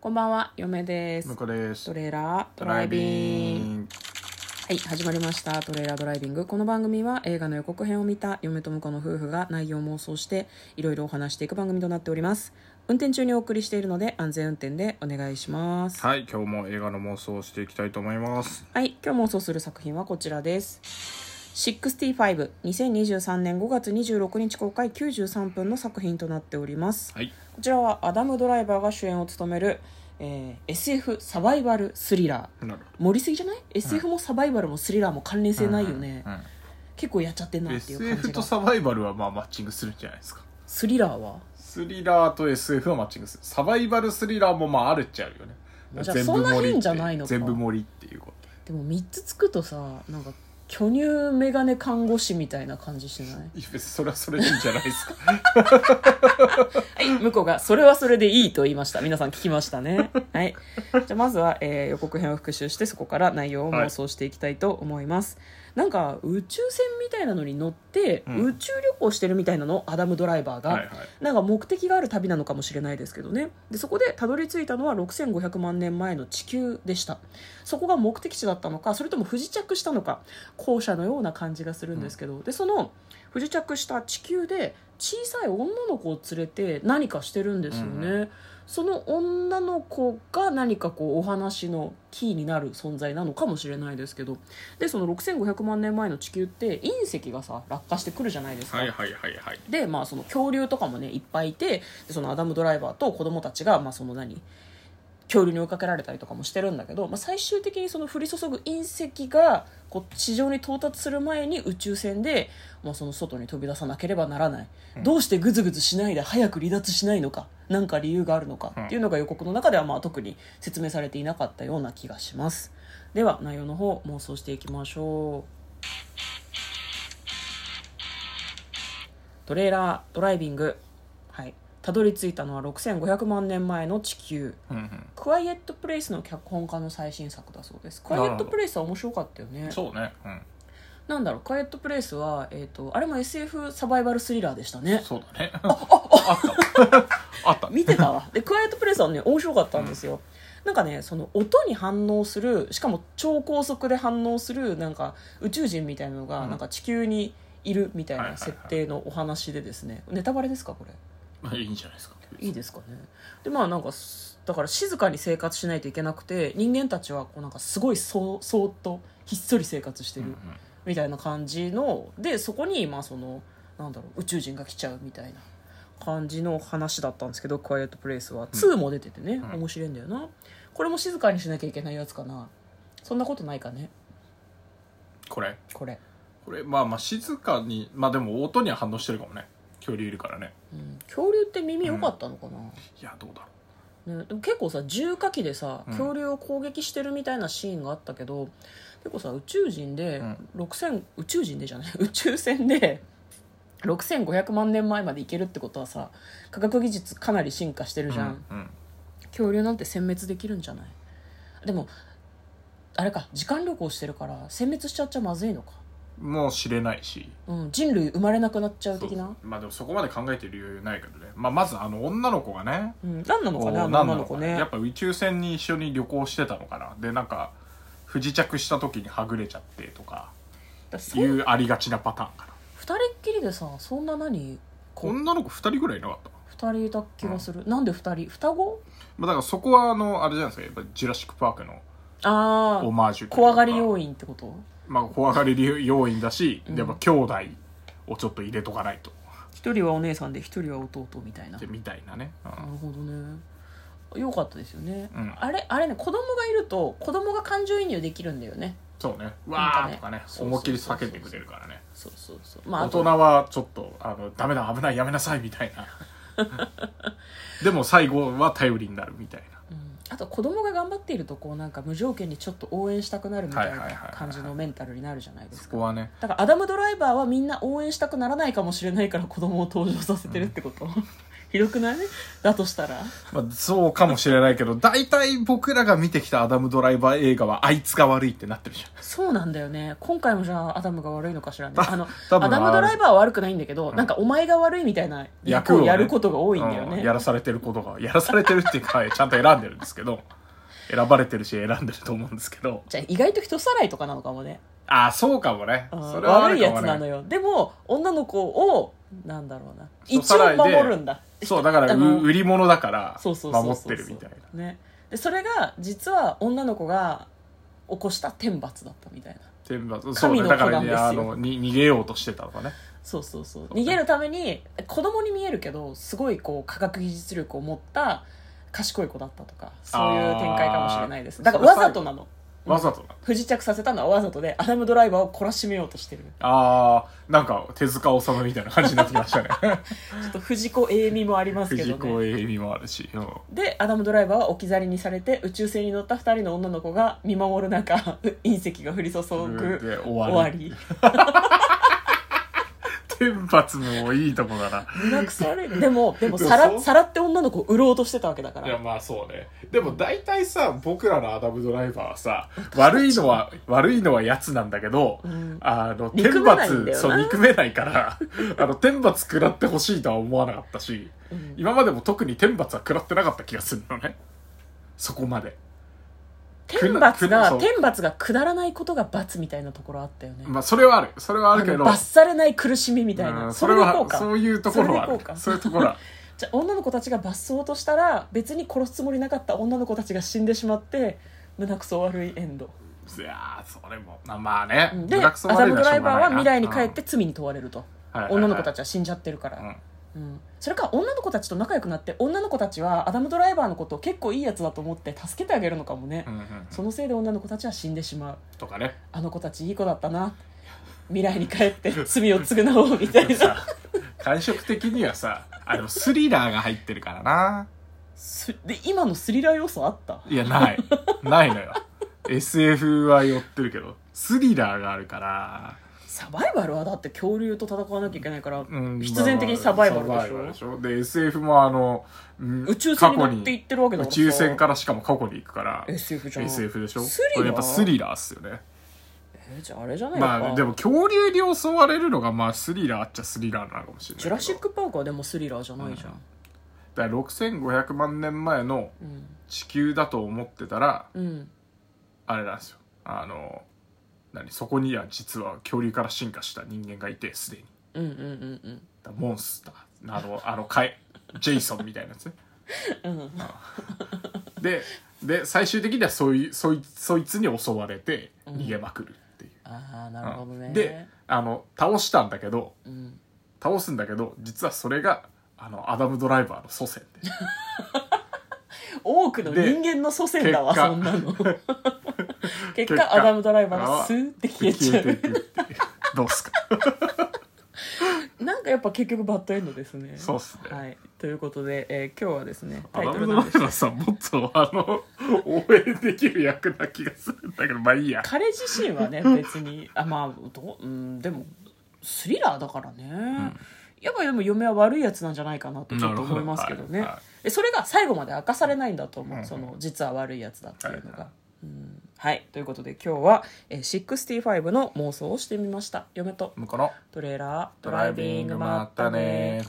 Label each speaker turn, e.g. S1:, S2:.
S1: こんばんは、嫁です
S2: 向。こうです
S1: トレーラードライビング。はい、始まりました。トレーラードライビング。この番組は映画の予告編を見た嫁と婿の夫婦が内容を妄想していろいろお話していく番組となっております。運転中にお送りしているので安全運転でお願いします。はい、
S2: はい今日も映画の妄想をしていきたいと思います
S1: 今日妄想する作品はこちらです。65、2023年5月26日公開93分の作品となっております。
S2: はい
S1: こちらはアダム・ドライバーが主演を務める、えー SF サバイバルスリラー
S2: なるほ
S1: 盛りすぎじゃない ?SF もサバイバルもスリラーも関連性
S2: ど
S1: ないよね、
S2: うんうん
S1: 結構やっちゃってんなっていう感
S2: SF
S1: じ
S2: と
S1: が
S2: サバイバルはまあマッチングするんじゃないですか
S1: スリラーは
S2: スリラーと SF はマッチングするサバイバルスリラーもまああるっちゃあるよね
S1: じゃあそんな
S2: 盛りって
S1: 変じゃないのか
S2: 全部盛りっていうこと
S1: でも3つつくとさなんか巨乳メガネ看護師みたいな感じしてない
S2: いや別にそれはそれでいいんじゃないですか
S1: はい向こうが「それはそれでいい」と言いました皆さん聞きました ねはいじゃあまずは、えー予告編を復習してそこから内容を妄想していきたいと思います、なんか宇宙船みたいなのに乗って、
S2: うん
S1: 宇宙旅行してるみたいなのをアダム・ドライバーが、
S2: はいはい
S1: なんか目的がある旅なのかもしれないですけどねでそこでたどり着いたのは6500万年前の地球でしたそこが目的地だったのかそれとも不時着したのか後者のような感じがするんですけど、でその不時着した地球で小さい女の子を連れて何かしてるんですよね、
S2: う
S1: その女の子が何かこうお話のキーになる存在なのかもしれないですけどでその6500万年前の地球って隕石がさ落下してくるじゃないですか、
S2: はいはいはいはい
S1: で、まあ、その恐竜とかもねいっぱいいてでそのアダム・ドライバーと子供たちが、まあ、その何恐竜に追いかけられたりとかもしてるんだけど、まあ、最終的にその降り注ぐ隕石がこう地上に到達する前に宇宙船で、まあ、その外に飛び出さなければならない、どうしてグズグズしないで早く離脱しないのか何か理由があるのかっていうのが予告の中ではまあ特に説明されていなかったような気がしますでは内容の方妄想していきましょうトレーラードライビングはいたどり着いたのは6500万年前の地球
S2: うんうん
S1: クワイエットプレイスの脚本家の最新作だそうですクワイエットプレイスは面白かったよね
S2: そうね、うん、
S1: なんだろうクワイエットプレイスは、えー、とあれも SF サバイバルスリラーでしたね
S2: そうだねあった あった
S1: 見てた わでクワイエットプレイスはね面白かったんですよ、なんかねその音に反応するしかも超高速で反応するなんか宇宙人みたいなのが、
S2: うん
S1: なんか地球にいるみたい
S2: はい
S1: な
S2: はいはい
S1: 設定のお話でですね、ネタバレですかこれ
S2: まあいいんじゃないですか
S1: いいですかねでまあなんかすだから静かに生活しないといけなくて人間たちはこうなんかすごいそそーっとひっそり生活して
S2: うんう
S1: る
S2: ん
S1: みたいな感じのでそこにまあそのなんだろう宇宙人が来ちゃうみたいな感じの話だったんですけど「クワイエット・プレイス」は2も出ててね、
S2: うん
S1: 面白いんだよなこれも静かにしなきゃいけないやつかなそんなことないかね
S2: これ
S1: これ、
S2: これまあまあ静かにまあでも音には反応してるかもね恐竜いるからね
S1: うん、恐竜って耳良かったのかな、
S2: いやどうだろ
S1: ね、でも結構さ重火器でさ
S2: うん
S1: 恐竜を攻撃してるみたいなシーンがあったけど、結構さ宇宙人で、
S2: うん
S1: 6000宇宙人でじゃない 宇宙船で6500万年前まで行けるってことはさ科学技術かなり進化して
S2: う
S1: るじゃん、
S2: うんうん
S1: 恐竜なんて殲滅できるんじゃないでもあれか時間旅行してるから殲滅しちゃっちゃまずいのか、
S2: もう知れないし
S1: うん、人類生まれなくなっちゃう的
S2: そ
S1: な
S2: うまあでもそこまで考えてる余裕ないけどね、まあ、まずあの女の子がね
S1: うん、何なのかな
S2: こ
S1: あの
S2: う何
S1: 女
S2: な
S1: の
S2: の
S1: 子
S2: か
S1: ね
S2: ねやっぱ宇宙船に一緒に旅行してたのかなでなんか不時着した時にはぐれちゃってとか
S1: だからそ
S2: い
S1: ん
S2: うありがちなパターンかな
S1: 二人っきりでさそんな何こう
S2: 女の子2人ぐらいいなかった、
S1: 二人いた気がする、なんで二人双子
S2: まあ、だからそこはあのあれじゃないですかやっぱジュラシック・パークの
S1: あ
S2: オ
S1: あ
S2: マージュというか
S1: 怖がり要因ってこと
S2: まあ怖がり要因だし、
S1: うん
S2: やっぱ兄弟をちょっと入れとかないと
S1: 一人はお姉さんで一人は弟みたいな
S2: で
S1: なる
S2: みたいなね、うん
S1: ほどねよかったですよね、
S2: うん
S1: あれあれね子供がいると子供が感情移入できるんだよね
S2: そうね
S1: なんか
S2: わ
S1: ね
S2: ーとかね
S1: そうそうそうそう
S2: 思いっきり叫んでくれるからね
S1: そうそうそうまあ
S2: 大
S1: あと
S2: 人はちょっとあのダメだ危ないやめなさいみたい なでも最後は頼りになるみたいな
S1: うんあと子供が頑張っているとこうなんか無条件にちょっと応援したくなるみたい
S2: はいはいはい
S1: な
S2: はい
S1: 感じのメンタルになるじゃないです
S2: そ
S1: か
S2: こはね
S1: だからアダム・ドライバーはみんな応援したくならないかもしれないから子供を登場させてるってこと、 ひどくないだとしたら
S2: まあ、そうかもしれないけど、大体僕らが見てきたアダム・ドライバー映画は、あいつが悪いってなってるじゃん。
S1: そうなんだよね今回もじゃあアダムが悪いのかしらね
S2: た
S1: あの
S2: 多分
S1: アダムドライバーは悪くないんだけど、なんかお前が悪いみたいな役をやることが多いんだよ
S2: う
S1: ね
S2: やらされてることが、やらされてるっていうか、はいちゃんと選んでるんですけど、選ばれてるし選んでると思うんですけど、
S1: じゃあ意外と人さらいとかなのかもね、
S2: ああ、そうかもね。
S1: うん
S2: それはあ
S1: 悪
S2: る
S1: い
S2: か
S1: や
S2: も
S1: つなの
S2: ね。
S1: よでも女の子をなんだろうな一
S2: 人さら
S1: 応
S2: いで
S1: 守るんだ
S2: そう、だか ら、
S1: あの
S2: う売り物だから、
S1: そうそうそうそう
S2: 守ってるみたいな。
S1: ね、でそれが実は女の子が起こした天罰だったみたいな
S2: 天罰そう
S1: 神の
S2: ね、だか
S1: 子な
S2: ら、
S1: ん
S2: ね、
S1: ですよ
S2: あの、に逃げようとしてたのかね。
S1: そうそうそう
S2: そうね
S1: 逃げるために子供に見えるけどすごいこう科学技術力を持った賢い子だったとかそういう展開かもしれないです
S2: あー
S1: だからわざとなの
S2: わざとな。
S1: 不時着させたのはわざとでアダムドライバーを懲らしめようと してる
S2: ああ、なんか、手塚治虫みたいな感じになってきまし たね。
S1: ちょっと藤子英美もありますけ
S2: 藤
S1: ど
S2: 子
S1: ね
S2: 栄美もあるし、うん
S1: でアダムドライバーは置き去りにされて宇宙船に乗った2人の女の子が見守る中 う隕石が降り注ぐ
S2: で終
S1: 終
S2: わ
S1: わ
S2: り。
S1: り
S2: 天罰もいいとこだな。
S1: 胸くそ悪いねでもでも
S2: でも
S1: さ
S2: そ
S1: ら
S2: う
S1: さらって女の子を売ろうとしてたわけだか
S2: いや
S1: ら
S2: まあそうねでも大体さ僕らのアダム・ドライバーはさ悪いのは悪いのはやつなんだけど、
S1: ん
S2: あの
S1: 憎め
S2: 天
S1: ないん
S2: 罰
S1: だよな
S2: そう憎めないから あの天罰食らってほしいとは思わなかったし、
S1: ん
S2: 今までも特に天罰は食らってなかった気がするのねそこまで、
S1: 天罰
S2: くな
S1: が
S2: そう
S1: 天罰がくだらないことが罰みたいなところあったよね、
S2: まあ、それはあるそれはあるけ
S1: あ
S2: ど
S1: の罰されない苦しみみたいな、
S2: うん
S1: そ
S2: そ
S1: れ
S2: れ
S1: でいこう
S2: は
S1: か
S2: そういうところはあ
S1: それでいこうか
S2: るそういうとこ ろは
S1: じゃあ女の子たちが罰そうとしたら別に殺すつもりなかった女の子たちが死んでしまって胸くそ悪いエンド
S2: いやーそれもまあまあね
S1: で
S2: 胸
S1: ア
S2: くそ悪
S1: ダ
S2: い
S1: ム・
S2: の
S1: ド
S2: し
S1: ラ
S2: ょ
S1: イ
S2: う
S1: バ
S2: が
S1: ー
S2: ない
S1: は
S2: な
S1: 未来に帰って罪に問われると、
S2: うんはいはいはい
S1: 女の子たちは死んじゃってるから、
S2: うん
S1: うん、それか女の子たちと仲良くなって女の子たちはアダム・ドライバーのことを結構いいやつだと思って助けてあげるのかもね、
S2: うんうん
S1: そのせいで女の子たちは死んでしまう
S2: とかね
S1: あの子たちいい子だったな未来に帰って罪を償おうみたいな
S2: さ感触的にはさあのスリラーが入ってるからな
S1: すで今のスリラー要素あった
S2: いやないないのよ SF は寄ってるけどスリラーがあるから、
S1: サバイバルはだって恐竜と戦わなきゃいけないから、
S2: うん
S1: 必然的にサバイバルでしょ
S2: まあサバイバルでしょで SF もあの、うん
S1: 宇宙船に乗っていってるわけだ
S2: 宇
S1: からさ
S2: 宙船からしかも過去に行くから
S1: SF じゃん
S2: SF でしょ
S1: スリラー
S2: これやっぱスリラーっすよね
S1: えじゃああれじゃないのか、
S2: まあでも恐竜に襲われるのがまあスリラーっちゃスリラーなのかもしれない
S1: ジ
S2: けど
S1: ュラシック・パークはでもスリラーじゃないじゃん、
S2: だから6500万年前の
S1: うん
S2: 地球だと思ってたら
S1: うん、
S2: あれなんですよあの何そこには実は恐竜から進化した人間がいてすでに
S1: うんうんうんうん
S2: だモンスター あのあのかいジェイソンみたいなやつね
S1: うん
S2: でで最終的にはそいそいそいつに襲われて逃げまくるっていう、
S1: ああなるほどね、
S2: うんであの倒したんだけど
S1: うん、
S2: 倒すんだけど実はそれがあのアダム・ドライバーの祖先で
S1: 多くの
S2: で
S1: 人間の祖先だわ
S2: 結果
S1: そんなの 結
S2: 結果
S1: 果アダム・ドライバーがスーって消えちゃ
S2: 消えていうくって いうどうっすか
S1: なんかやっぱ結局バッドエンドですね
S2: そうっすね
S1: はい、ということで、えー今日はですね
S2: ア
S1: タイ
S2: ダ
S1: トル
S2: ム・
S1: な
S2: ドライ
S1: ん
S2: バ
S1: です
S2: ーさんもっとあの応援できる役な気がするんだけどまあいいや
S1: 彼自身はね別に あまあどう、うん、でもスリラーだからね、やっぱでも嫁は悪いやつなんじゃないかなとちょっと思いますけどね
S2: なるほどはい
S1: えそれが最後まで明かされないんだと思う、
S2: うん
S1: その実は悪いやつだっていうのが。
S2: はいはい
S1: うんはい、ということで今日は、えー、65の妄想をしてみました嫁と
S2: 向こうの
S1: トレーラード
S2: ドライビングもあったね